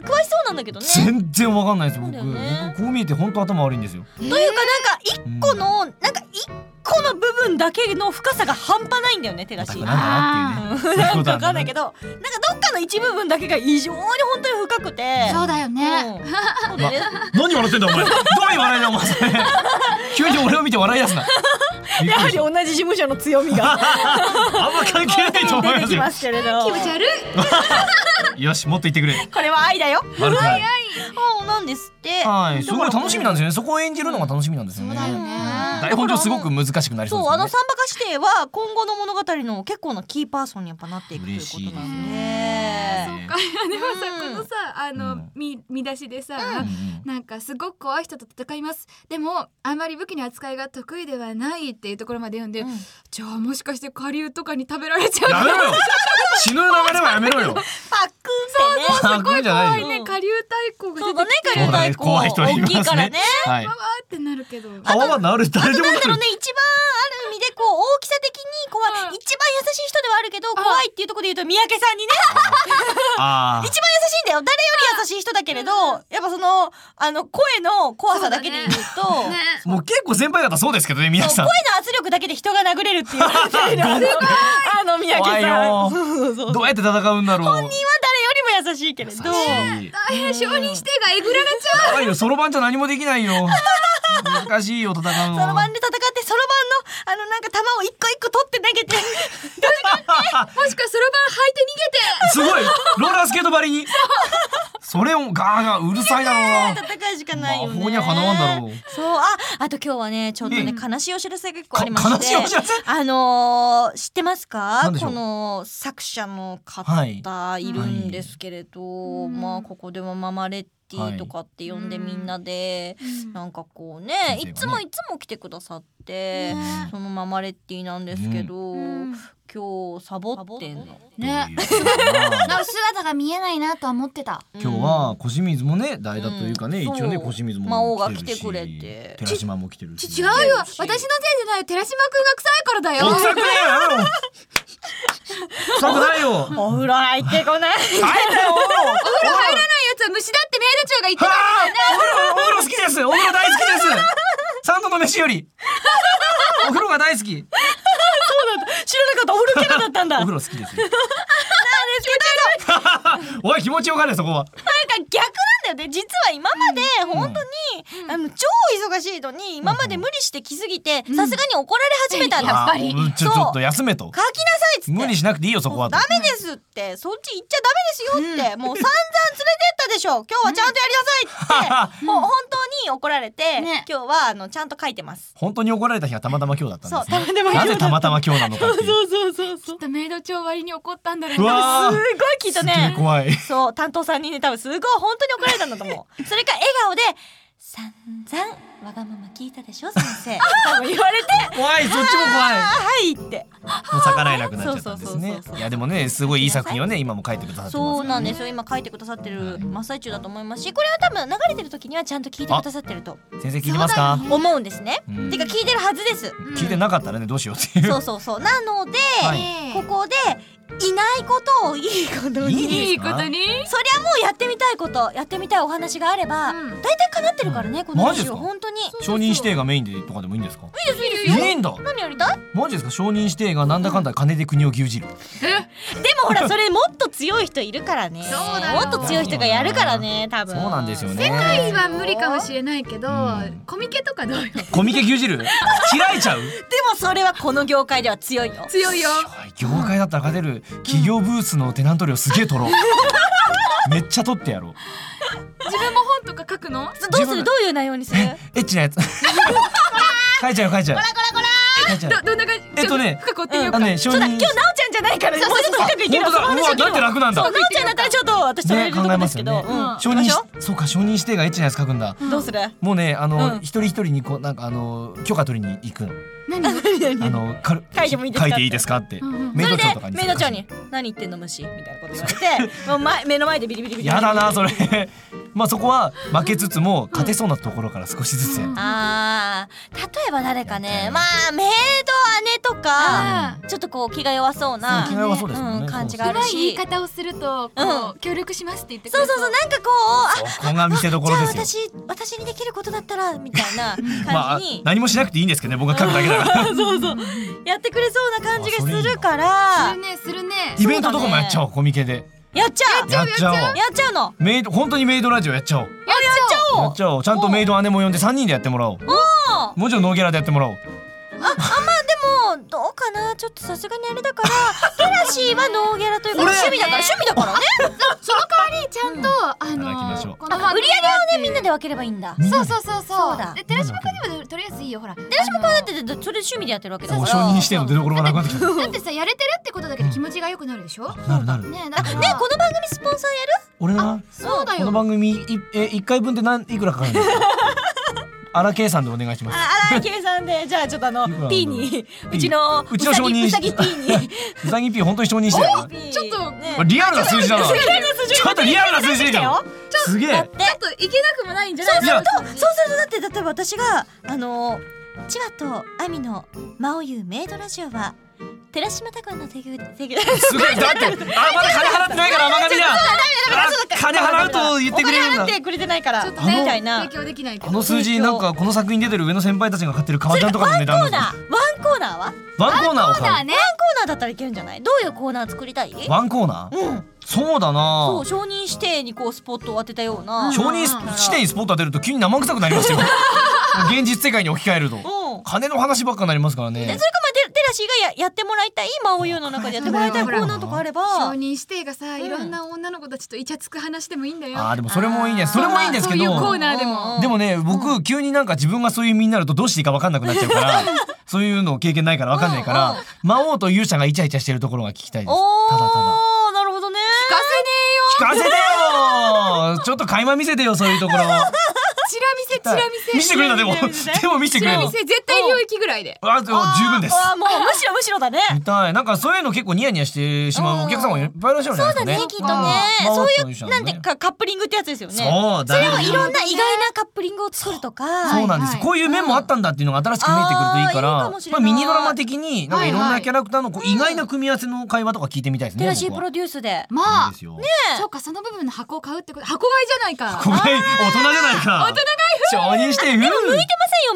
詳しそうなんだけどね。
全然わかんないです僕
そうだよね
僕こう見えて本当頭悪いんですよ
というかなんか一個の、なんか一個の部分だけの深さが半端ないんだよね手がし。
なんだなっていうね
あー
そう
な
いうこ
ん
と
か
な
わかん
んだね
ないけど、なんかどっかの一部分だけが異常に本当に深くて。
そうだよね
ん。そうだよね
何笑ってんだお前どういう笑いだお前 [laughs] それ急に俺を見て笑い出すな
[laughs] やはり同じ事務所の強み
[laughs]
が
あんま関係ないと思
出
いますよ
てきますけれど気持ち悪い
よしもっと言ってくれ
これは愛だよ
悪くない
愛そうなんですって
はい、すごい楽しみなんです
よ
よね。そこを演じるのが楽しみなんですよね。台本上すごく難しくなりそう
そうあ
ですよ
の
ね。
三馬鹿指定は今後の物語の結構なキーパーソンにやっぱなっていくということなんで
そうかいやでもさこのさあの、見見出しでさ、なんかすごく怖い人と戦いますでもあまり武器の扱いが得意ではないっていうところまで読んで、じゃあもしかして下流とかに食べられちゃう
やめろよ死ぬ流れはやめ
[laughs]
ろよ。
パック
ンそうそう
パ
す
ッ
ご
ク
い
ンじゃない
怖
よ
いね下流太鼓が出てきてそうだ
下
ね
流太鼓怖い人いますね大きいから [laughs] ねは
わ
い
わーってなるけど
あわわなる誰でも
なん
な
だろう
る
ね。一番ある意味でこう大きさ的に怖い、一番優しい人ではあるけど怖いっていうところで言うと三宅さんにね
あ
一番優しいんだよ誰より優しい人だけれど、やっぱそのあの声の怖さだけで言うと
あ。もう結構先輩方そうですけどね、皆
そ
さ。
うん声の圧力だけで人が殴れるっていうすごいあの三宅さ
怖
ん
いよ。どうやって戦うんだろう
本人。は誰よりも優しいけれど
優しい
大変承認してがえぐられち
や
ゃう
ばいよ、そろばんじゃ何もできないよ。難しいよ、戦うの
そろば
は。
んで戦ってそろばんのあのなんか球を一個一個取って投げて
もしくはそろばん履いて逃げて
すごいローラースケートばりにそれをガーガーうるさいだろうな。
戦いしかないよ
魔
ね
法にはかなわんだろう。
そうああと今日はねちょっとね悲しいお知らせが結構ありまして
か悲しいお知らせ
あのー知ってますか
何でしょう
この作者の
は
方いるんですけれど、まあここでもママレッティとかって呼んでみんなで、なんかこうね
先生がね
いつもいつも来てくださって、そのママレッティなんですけど、今日サボってんの
ねなんか姿が見えないなとは思ってた
今日は小清水もね代打というかね、
うん
一応ね
そう
小清水
魔王
も
が
来てる
来てくれ
し、寺島も来てるし。
違うよ私のせいじゃないよ寺島くんが臭いからだよ
お臭くねえよやめろ臭くないよ。
お風呂入ってこない。
入ったよ。
お風呂入らないやつは虫だってメイド長が言ってたからね
お風呂好きです。お風呂大好きです。サンドの飯より。お風呂が大好
そ
き。
うだった知らなかったお風呂キャラだったんだ
お風呂好きです。
なんですけど
おい気持ちよかれそこは。
なんか逆なんだよね実は今まで本当に、あの超忙しいのに今まで無理して来すぎてさすがに怒られ始めたんです、
あーうんちょちょっと休めと
書きなさいっつって
無理しなくていいよそこはと
ダメですってそっち行っちゃダメですよって、もう散々連れてったでしょ今日はちゃんとやりなさいって、もう本当に怒られて、今日はあのちゃんと書いてます
本当に怒られた日がたまたま今日だったんです、ね。
そうたまたま今日だ
な
った
ぜたまたま今日なのかっていう。
うそうそう
きっとメイド長割に怒ったんだろ
うわー
すごい聞いたね
すげえ怖い
そう担当さんにね多分すごい本当に怒られたんだと思
[laughs]
うそれか笑顔で散々わがまま聞いたでしょ先生
[laughs]
多分言われて
怖いそっちも怖い
あはいって
もう逆らえなくなっちゃったんですね。いやでもねすごいいい作品をね今も書いてくださってますからね。
そうなんですよ今書いてくださってる真っ最中だと思いますしこれは多分流れてる時にはちゃんと聞いてくださってると
先生聞いてますか？
思うんですね、
うん
てか聞いてるはずです、
聞いてなかったらねどうしようっていう。
そうそうそうなので、
はい
ここでいないことをいいことに
いいですかいいことに
そりゃもうやってみたいことやってみたいお話があれば、大体叶ってるからね、この
マジ
話
です
を
か
本当に
承認指定がメインでとかでもいいんですか？
いいですいいですよ
いいんだ
何やりたい
マジですか承認指定がなんだかんだ金で国を牛耳る。
でもほらそれもっと強い人いるからねそうだもっと強い人がやるからね多分
そうなんですよね
世界は無理かもしれないけど、コミケとかどうよ
コミケ牛耳る？開いちゃう？
でもそれはこの業界では強いよ
強いよ
業界だったら勝てる。企業ブースのテナント料すげえ取ろう。めっちゃ取ってやろう。
自分も本とか書くの
どうするどういう内容にする
エッチなやつ。 [laughs] 書いちゃう書いちゃう。書いちゃう
どどんな感じ
えっとね
深く追ってみよう
あ
か、
のね承
そうだ今
認
日なおちゃんじゃないからね
そう
もうち
そ
ょっ
う
と深くいける
本当
そ
だ
の話
うわだって楽なんだ
そうなおちゃんだったらちょっと私と
ね
れるとこ
考え
で
ますす
け
よ
ど、
ね
うん。
承
行き
認
ま
し
しょう
そうか承認指定がエッチなやつ書くんだ。
どうする
もうねあの、
うん
一人一人にこうなんかあの許可取りに行くの。
何
あのかる
書いてもいいです
書
か
いていいですかって。メイド長とかに。
メイド長に。「何言ってんの虫」みたいなこと言われてもう前目の前でビリビリビリビリ
やだなそれ。 [laughs] まあそこは負けつつも勝てそうなところから少しずつやる。
あー例えば誰かねまあメイド姉とかちょっとこう気が弱そうな
そう気が弱そうですもん
ん
ね
感じがある
暗い言い
し
方をするとこう、協力しますって言ってく
そ
れ
うそうそうなんかこうあ
ここが見せどこ
じ
ろ
ゃあ
ですよ。
私私にできることだったらみたい
[laughs]
な
ま
感
あ
じに
何もしなくていいんですけどね僕が書くだけだから。
そうそうやってくれそうな感じがするから
ねするね
イベントとかもやっちゃおうコミケで。
やっちゃう
やっちゃおう
やっちゃうの
メイド本当にメイドラジオやっちゃおう。
やっちゃおう
やっちゃおう。ちゃんとメイド姉も呼んで三人でやってもらおう。
おー
もちろんノーギャラでやってもらおう。
あ、あまあでもどうか
[laughs]
なちょっとさすがにあれだからテラシーはノーギャラというか
俺
趣味だから趣味だからね
そう
その代わりちゃんと、あ
いただきましょう
のこの
あまあ売り上げをねみんなで分ければいいんだ
みんなでそうそうそうそう
だ
で寺島君にもとりあえずいいよほら寺
島君はだってだってそれ趣味でやってるわけだから
お承認しての出所がなくなってきた
だってさやれてるってことだけで気持ちが良くなるでしょ、
なるなる
ねえだから
ねこの番組スポンサーやる
俺は
そうだよ
この番組いえ一回分って何いくらかかるんですか荒計算でお願いします
あら計算でじゃあちょっとあ
いくら
の
なんだろう
P にうちの
うちの承認
うさぎうさぎ P に
うさぎピー本当に承認してるよ
ちょっとね
まあリアルな数字だな
リアルな数字
ちょっとリアルな数字じゃんすげえ
ちょっといけなくもないんじゃない
そう
で
す
す
る
か
とそうするとだって例えば私があのチワとアミのマオユメイドラジオは寺島拓也の提供 [laughs] で提供
すごいだってあまだ金払ってないから甘神だあ金払うと言ってくれるん
お金払
だ
ってくれてないから
ちょっと
み
ね
たいな
提供できないけ
こ
ど
の数字なんかこの作品出てる上の先輩たちが買ってる革ジャンとかの値
コー
段
ナー
だ
ワンコーナーは
ワンコーナーを
そうだ
買
ね
ワンコーナーだったらいけるんじゃないどういうコーナー作りたいう
ワンコーナー
うん
そうだ
そ
な
う承認指定にこうスポットを当てたような
承認指定にスポット当てると急に生臭くなりますよ現実世界に置き換えると
うん
金の話ばっかになりますから
でそれ
ね
かまあテテラシーがややってもらいたい魔王優の中でやってもらいたいコーナーとかあれば
承認指定がさ、いろんな女の子たちとイチャつく話でもいいんだよ
あーでもそれもいいねそれもいいんですけど
そういうコーナーで
うん
も
でもね僕急になんか自分がそういう身になるとどうしていいか分かんなくなっちゃうからそういうの経験ないから分かんないから魔王と勇者がイチャイチャしてるところが聞きたいです
お
ただただ
ーなるほどね
聞かせねえ
聞
よ
かせてよちょっと垣間見せてよそういうところ
チラ見せチラ見せ
見せてくれたでも
見せて見せて
でも見せて
チ
くれ
ラ
る
見せ絶対領域ぐらいで
あでも十分です
あーもうむしろむしろだね
[laughs] 見たいなんかそういうの結構ニヤニヤしてしまうお客様がいっぱいいらっしゃるじゃないですかね
きっとねそういうなんて
で
いうかカップリングってやつですよね
そうだよ
それをいろんな意外なカップリングを作るとか
そうなんです、
はいはい
こういう面もあったんだっていうのが新しく見えてくるといいから
あーいいかもしれ
ま
な
あ、
い
ミニドラマ的になんかいろん
はいは
ないキャラクターのこう意外な組み合わせの会話とか聞いてみたいですね。
テラシープ
僕は
ロデュースで
ま
い
あ
いですよ。
そうかその部分の箱を買うってこと箱買いじゃないか
ごめん大人じゃないか。大人が承認して
向
ふ
いてませんよ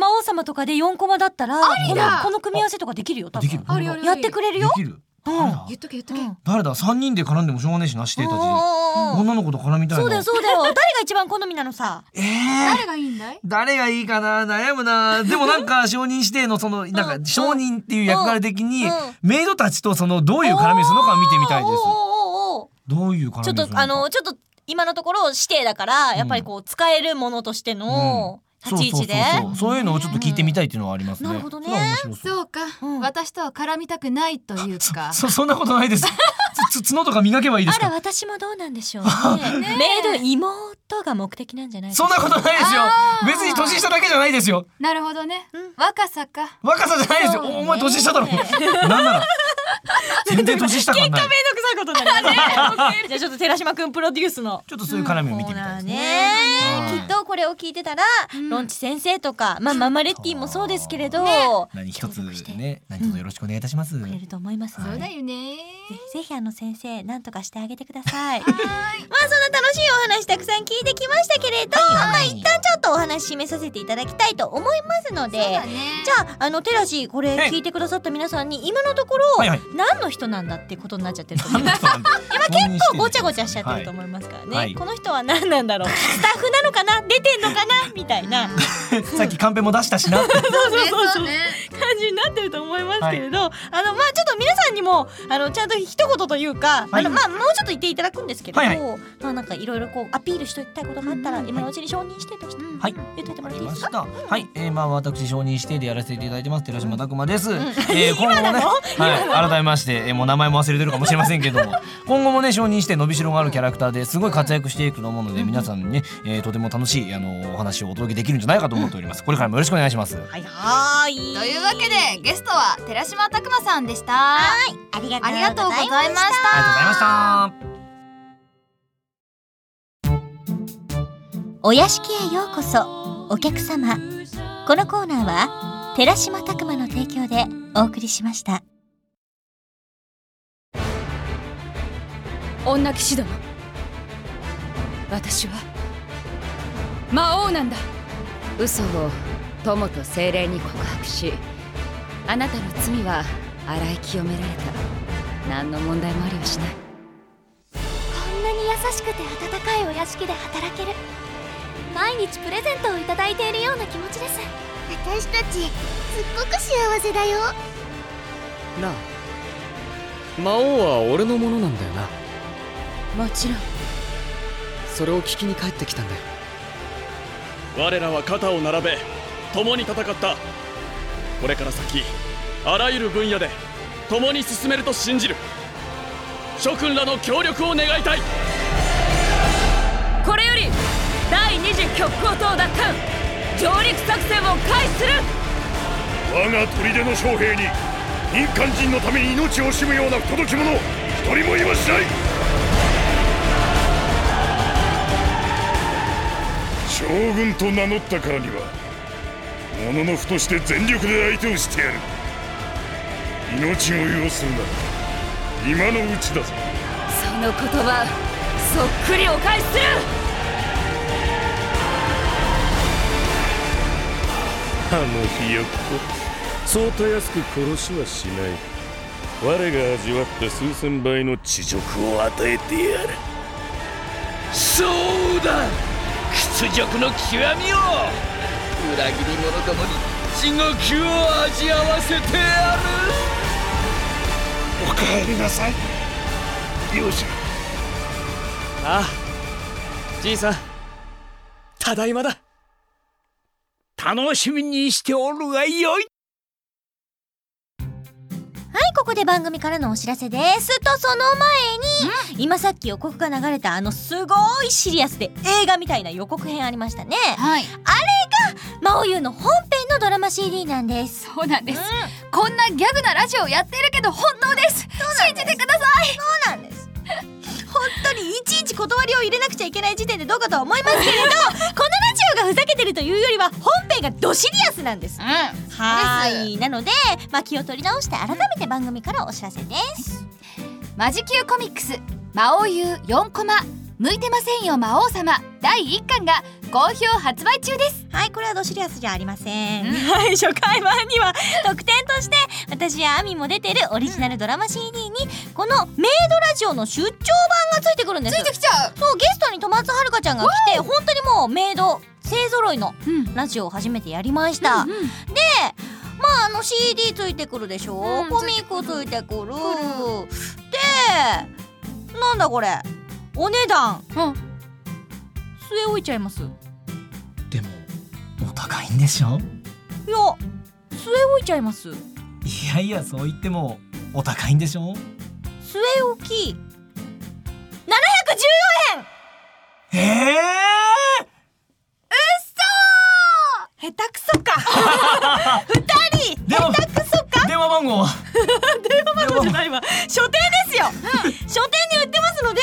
魔王様とかで4コマだったらこ
だ
のこの組み合わせとかできるよ多
できる
分
あるある
やってくれるよ
できる。
うん
誰だ
言っとけ言っとけ、
うん
誰だ三人で絡んでもしょうがねえしな指定たち。
うんうんうん
女の子と絡みたいな。
そうだよそうだよ誰が一番好みなのさ
ええ
誰がいいんだい
誰がいいかな悩
[laughs]
むなでもなんか承認指定のそのなんか承認っていう役割的に
うんうん
メイドたちとそのどういう絡みするのか見てみたいで
おー
す
おーおーおー
どういう絡み
ちょっとあのちょっと今のところ指定だからやっぱりこう使えるものとしての立ち位置で
そうそうそうそうそういうのをちょっと聞いてみたいっていうのはありますね
なるほどね
それは面白そう
そうか、
うん
私とは絡みたくないというか
そそんなことないです
[laughs]
つつ角とか磨けばいいです
あら
か
私もどうなんでしょう [laughs] ねメイド妹が目的なんじゃないです
そん
か
なことないですよ
あー
別に年下だけじゃないですよ
なるほどね、
ん
若さか
若さじゃないですよ、お前
[laughs]
年下だろなんなら全然年下感ない
めんどくさいことになりますねじゃあちょっと寺島くんプロデュースの
ちょっとそういう絡みを
コ
見て
ー
みた
ナ
いで
ー
す
ね
はい
きっとこれを聞いてたら、ロンチ先生とか、まあ、ママレッティもそうですけれど、
何一つね何卒よろしくお願いいたします、
くれると思いますの
そう
で、
だよね
ぜひぜひあの先生なんとかしてあげてくだ
[laughs]
さい。まあそんな楽しいお話たくさん聞いてきましたけれど、
はいはい
まあ一旦ちょっとお話締めさせていただきたいと思いますので、
そうだね
じゃああのテラジーこれ
ええ
聞いてくださった皆さんに今のところ、
は
[laughs]
いはい
何の人なんだってことになっちゃってると思
[laughs]
います。
結構
ごちゃごちゃしちゃってると思いますからね、
はい
この人は何なんだろうスタッフなのかな出てんのかなみたいな
[laughs] さっきカンペも出したしなって。
そうそうそう
そ
そうう
ね
感じになってると思いますけれど、あのまあちょっと皆さんにもあのちゃんと一言というか、
はい
あのまあもうちょっと言っていただくんですけれど、
はい
まあなんかいろいろこうアピールしておきたいことがあったら、今のうちに承認してとして、
はい
言っといても
あ
らっ
り
ていい
ま
です
し
か。
た。はい、えー、まあ私承認してでやらせていただいてます寺島拓磨です。えー、今
[laughs]
後
今
も
な
ね、
の
はい、改めまして、えー、もう名前も忘れてるかもしれませんけど
[laughs]
も、今後もね承認して伸びしろがあるキャラクターですごい活躍していくと思うので、皆さんにね、えー、とても楽しいあのお話をお届けできるんじゃないかと思っております。これからもよろしくお願いします。
はいはーい。
というわけでゲストは寺島拓磨さんでしたはい
ありが
ありがとうござい
ありがと
ました
うございました。
お屋敷へようこそお客様このコーナーは寺島拓磨の提供でお送りしました
女騎士ども私は魔王なんだ
嘘を友と精霊に告白しあなたの罪は洗い清められた何の問題もありはしない
こんなに優しくて温かいお屋敷で働ける毎日プレゼントをいただいているような気持ちです私たちすっごく幸せだよ
ラ
魔王は俺のものなんだよな
もちろん
それを聞きに帰ってきたんだよ
我らは肩を並べ共に戦ったこれから先あらゆる分野で共に進めると信じる諸君らの協力を願いたい
これより第二次極光島奪還上陸作戦を開始する
我が砦の将兵に日韓人のために命を惜しむような不届き者一人もいはしない将軍と名乗ったからにはもののふとして全力で相手をしてやる命を要するなら今のうちだぞ
その言葉そっくりお返しする
あのひよっこそうたやすく殺しはしない我が味わった数千倍の恥辱を与えてやる
そうだ屈辱の極みを裏切り者どもに地獄を味合わせてやる
お帰りなさい勇者
ああじいさんただいまだ
楽しみにしておるがよい
はい、ここで番組からのお知らせです。と、その前に、今さっき予告が流れたあのすごいシリアスで映画みたいな予告編ありましたね。
はい。
あれが、魔王優の本編のドラマ CD なんです。
そうなんです。こんなギャグなラジオやってるけど本当です信じてください
そうなんです。本当にいちいち断りを入れなくちゃいけない時点でどうかとは思いますけれどこのラジオがふざけてるというよりは本編がドシリアスなんです。はーいなので、まあ、気を取り直して改めて番組からお知らせです。
マジキューコミックス「魔王優4コマ向いてませんよ魔王様」第1巻が好評発売中です
はいこれはドシリアスじゃありません、はい初回版には特典として私やアミも出てるオリジナルドラマ CD にこのメイドラジオの出張版がついてくるんです
ついてきちゃう
そうゲストに戸松遥ちゃんが来て本当にもうメイド勢ぞろいのラジオを初めてやりました、でまああの CD ついてくるでしょ、
うん
コミックついてくるでなんだこれお値段うん据え置いちゃいます
お高いんでしょ
いや据え置いちゃいます据
いやいやそう言ってもお高いんでしょ
え置き714円
ええ
うっそー下手くそか二人
でも電話番号は
電話番号じゃないわ書店ですよ、書店に売ってます [laughs] ので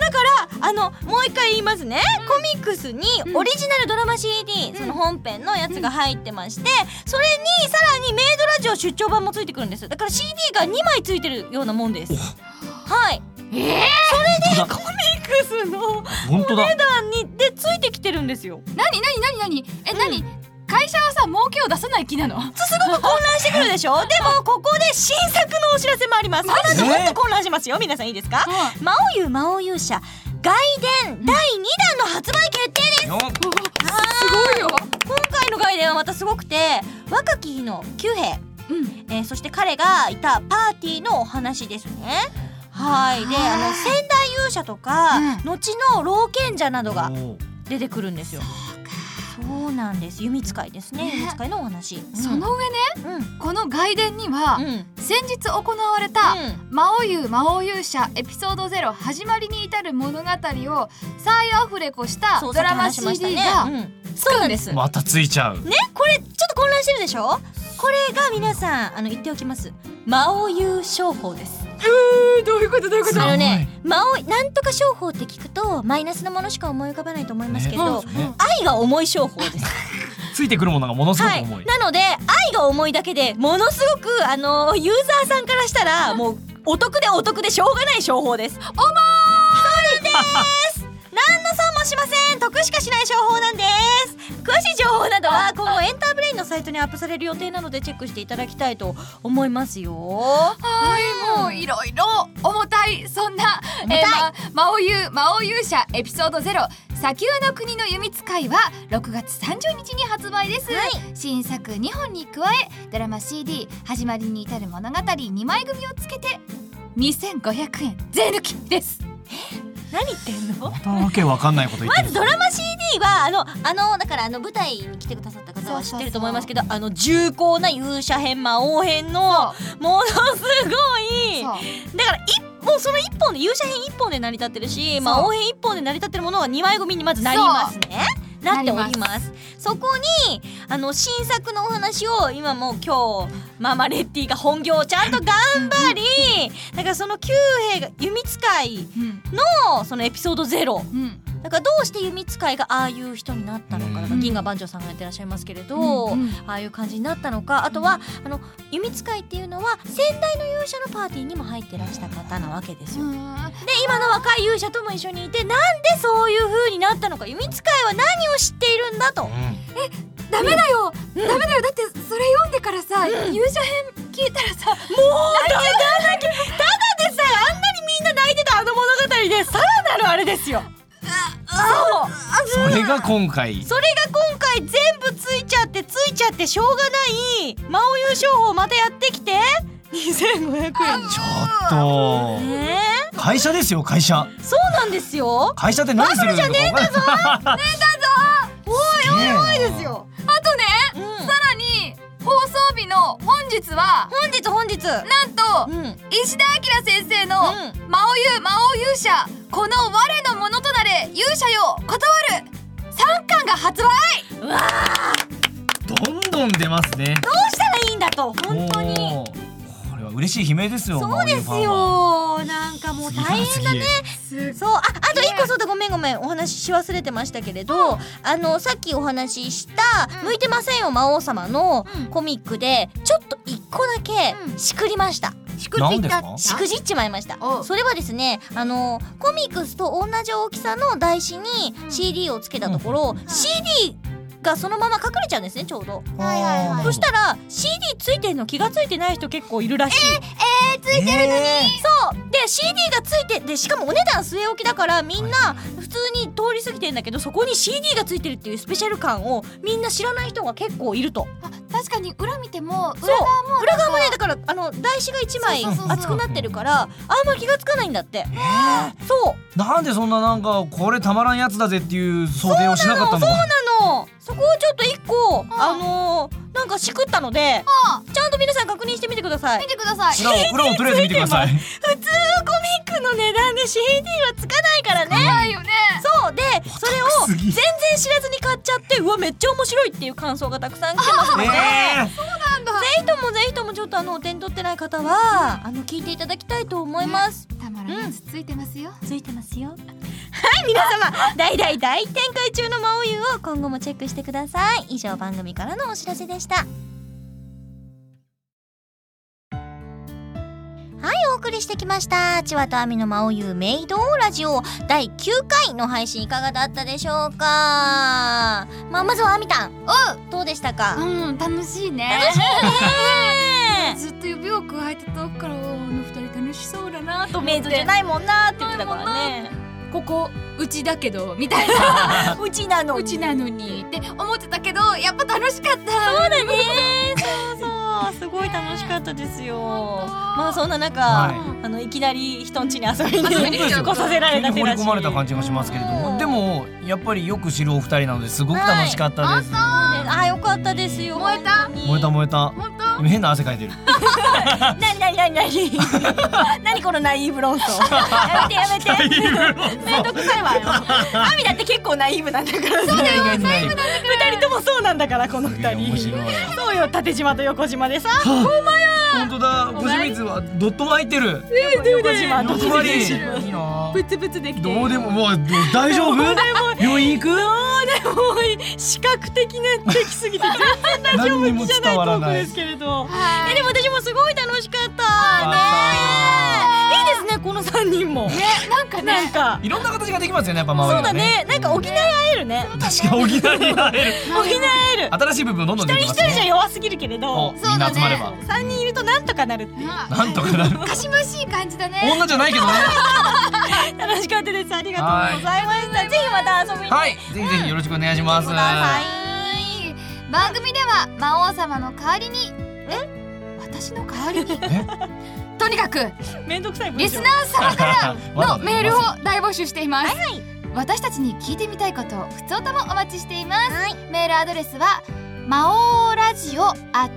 だからあのもう一回言いますね、コミックスにオリジナルドラマ CD、その本編のやつが入ってまして、それにさらにメイドラジオ出張版もついてくるんですだから CD が2枚ついてるようなもんですはいええそれでコミックスの
本当だ
お値段にでついてきてるんですよ
何何何何え、何会社はさ儲けを出さない気なの
すごく混乱してくるでしょでもここで新作のお知らせもありますこの後もっと混乱しますよ皆さんいいですか魔王優魔王勇者外伝第2弾の発売決定です、すごいよ今回の外伝はまたすごくて若き日の九兵、えーそして彼がいたパーティーのお話ですねはいであの仙台勇者とか、後の老賢者などが出てくるんですよそうなんです弓使いですね
ね
弓使いのお話、
その上ね、この外伝には、先日行われた「魔王優魔王勇者エピソード0始まりに至る物語」を再アフレコした
そう
ドラマ
さっき話しました
CD
ね
が
つくんです
またついちゃう
ねこれちょっと混乱してるでしょこれが皆さんあの言っておきます魔王優商法ですえー、 [laughs] どういうことどういう
こと
あのね魔王なんとか商法って聞くとマイナスのものしか思い浮かばないと思いますけど、
ねそうですね
愛が重い商法です
ついてくるものがものすごく重い、
なので愛が重いだけでものすごくあのユーザーさんからしたらもうお得でお得でしょうがない商法です。おまーいです。何の損もしません。得しかしない商法なんです。詳しい情報などは今後エンターブレインのサイトにアップされる予定なのでチェックしていただきたいと思いますよ。
はい、もういろいろ重たいそんな「えーま魔王優魔王勇者エピソード0砂丘の国の弓使い」は6月30日に発売です、新作2本に加えドラマ CD「始まりに至る物語」2枚組をつけて2500円税抜きです
何言ってんの
わけわかんないこと言って
ま
る
ずドラマ CD はあのあのだからあの舞台に来てくださった方は知ってると思いますけどあの重厚な勇者編魔王編のものすごいだから一本その一本で勇者編一本で成り立ってるし
う
魔王編一本で成り立ってるものは二枚組にまずなりますね。なっておりますそこにあの新作のお話を今もう今日ママレッティが本業をちゃんと頑張りだからその九兵が弓使いのそのエピソードゼロ、だからどうして弓使いがああいう人になったのかだから銀河番長さんがやってらっしゃいますけれど、
うんうん
ああいう感じになったのかあとはあの弓使いっていうのは先代の勇者のパーティーにも入ってらした方なわけですよ。で今の若い勇者とも一緒にいてなんでそういう風になったのか弓使いは何を知っているんだと。
ダメだよ、
うん
ダメだよだってそれ読んでからさ、
うん
勇者編聞いたらさも
うダメだけただでさえあんなにみんな泣いてたあの物語でさらなるあれですよ。そう
それが今回
それが今回全部ついちゃってついちゃってしょうがない魔王優勝法またやってきて2500円ち
と
ね
会社ですよ会社
えそうなんですよ
会社って何する
バブルじゃねえんだぞ
ね
ねえだぞおい
げえ
おいおいですよあとね、さらに放送日の本日は
本日本日なん
と、石田明先生の「魔王優魔王勇者この我のものとなれ勇者よ断る」3巻が発売
わあ
どんどん出ますね
どうしたらいいんだと本当に
おーこれは嬉しい悲鳴ですよ
そうですよなんかもう大変だねそうああと一個そうだごめんごめんお話しし忘れてましたけれど、あのさっきお話しした「向いてませんよ魔王様」のコミックでちょっと一個だけしくりました。し
くじった何ですか
しくじっちまいましたそれはですねあのコミックスと同じ大きさの台紙に CD をつけたところ、CD がそのまま隠れちゃうんですねちょうど、
はいはいはい
そしたら CD ついてんの気がついてない人結構いるらしい
えーついてるのにね
そうで CD がついてでしかもお値段据え置きだからみんな普通に通り過ぎてんだけどそこに CD がついてるっていうスペシャル感をみんな知らない人が結構いると
確かに裏見ても
そう裏側もねだからあの台紙が1枚厚くなってるからあんま気がつかないんだってそう
なんでそんななんかこれたまらんやつだぜっていう想定をしなかったの
そうなのそこをちょっと一個あのーなんかしくったのでちゃんと皆さん確認してみてください見
てくださ
裏を裏をとりあえず見てく
[laughs]
ださい
普通のコミックの値段で CD はつかないからね
つかないよね
そうでそれを全然知らずに買っちゃってうわめっちゃ面白いっていう感想がたくさん来て [laughs] ますので、
あー
そうなんだぜひともぜひともちょっとあのお手に取ってない方はあの聞いていただきたいと思います、
たまらんやつついてますよ、
ついてますよはい皆様大大大展開中の魔王湯を今後もチェックしてください以上番組からのお知らせでしたはい、お送りしてきました。千葉と亜美の魔王優メイドラジオ第9回の配信いかがだったでしょうかまあ、まずは亜美たん。うん。どうでしたか
うん、楽しいね。
楽しいね
ずっと指をくわえて遠くから、おーあの二人楽しそうだなと思っ
メ
て。
イドじゃないもんなって言ってたからね。
ここ、うちだけど、みたいな。
うちなの
うちなのに。って思ってたけど、やっぱ楽しかった。そ
だ
う [laughs]
ね。そうそう、すごい楽しかったですよ。まあ、そんな中、あの、いきなり人ん家に遊びに来させられた
急
手
に
だ
掘
し
り込まれた感じがしますけれどもでもやっぱりよく知るお二人なのですごく楽しかったです、
はいあ、よかったですよ。燃えた。
燃えた燃えた
本
今変な汗かい
[laughs]
てる
なになになになに。 [laughs] なにこのナイーブ論争。やめてやめて。めんどくさいわよ。アミだって結構ナイーブなんだから。
そうだよナイーブナイーブ
二人ともそうなんだから、この二人。そうよ、縦島と横島でさ。ほんまや。
本当だ小清水はドットも入ってる
横島と
横島にいいな
プツプツで
て
き
どうでももうど大丈夫
どうで
病院行く
でも視覚的な的すぎて全然大丈夫じゃないトークですけれどえでも私もすごい楽しかったねいいですねこの三人もね
なんか
なんか
いろんな形ができますよねやっぱ周り
そう
は
だねなんか補い合えるね
確かに沖縄に会える
補い合える
新しい部分どんどん
一
出
人
て
一人
きます
じゃ
ね
弱すぎるけれど
おみんな集まれば
三人いるとなんとかなるっていう
なんとかなる
かしましい感じだね
女じゃないけどね
楽しかったですありがとうございましたぜひまた遊びに
はいぜひぜひよろしくお願いします
はい番組では魔王様の代わりにえ私の代わりにとにかく
面倒くさい
リスナー様からのメールを大募集しています、
はい
私たちに聞いてみたいことをふつおたもお待ちしています、メールアドレスは魔王ラジオ at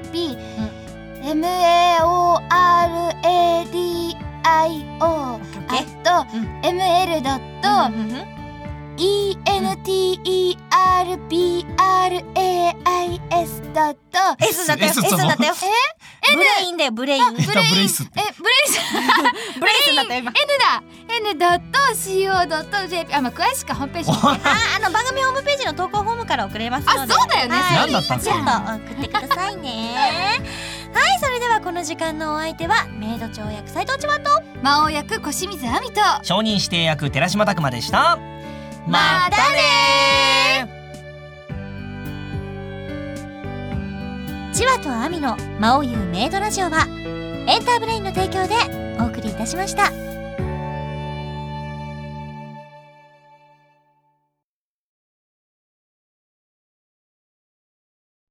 ml.enterbrain.co.jp、maoradio at
だったよ
ml.enterbrain.s
S だったよ
え N
ブレインだよブレイン
ブレインえブレイス [laughs] ブレイスだった今 N だ N ドット CO ドット JP あまあ詳しくはホームページ見てね
ああの番組ホームページの投稿フォームから送れますので
あそうだよね
は
何だったん
ち
だ
ょっと送ってください
[laughs]
ねはいそれではこの時間のお相手はメイド長役斉藤千葉と
魔王役小清水亜美と
[laughs] 承認指定役寺島拓磨でした
またね
チワとアミの「魔王優メイドラジオは」エンターブレインの提供でお送りいたしました。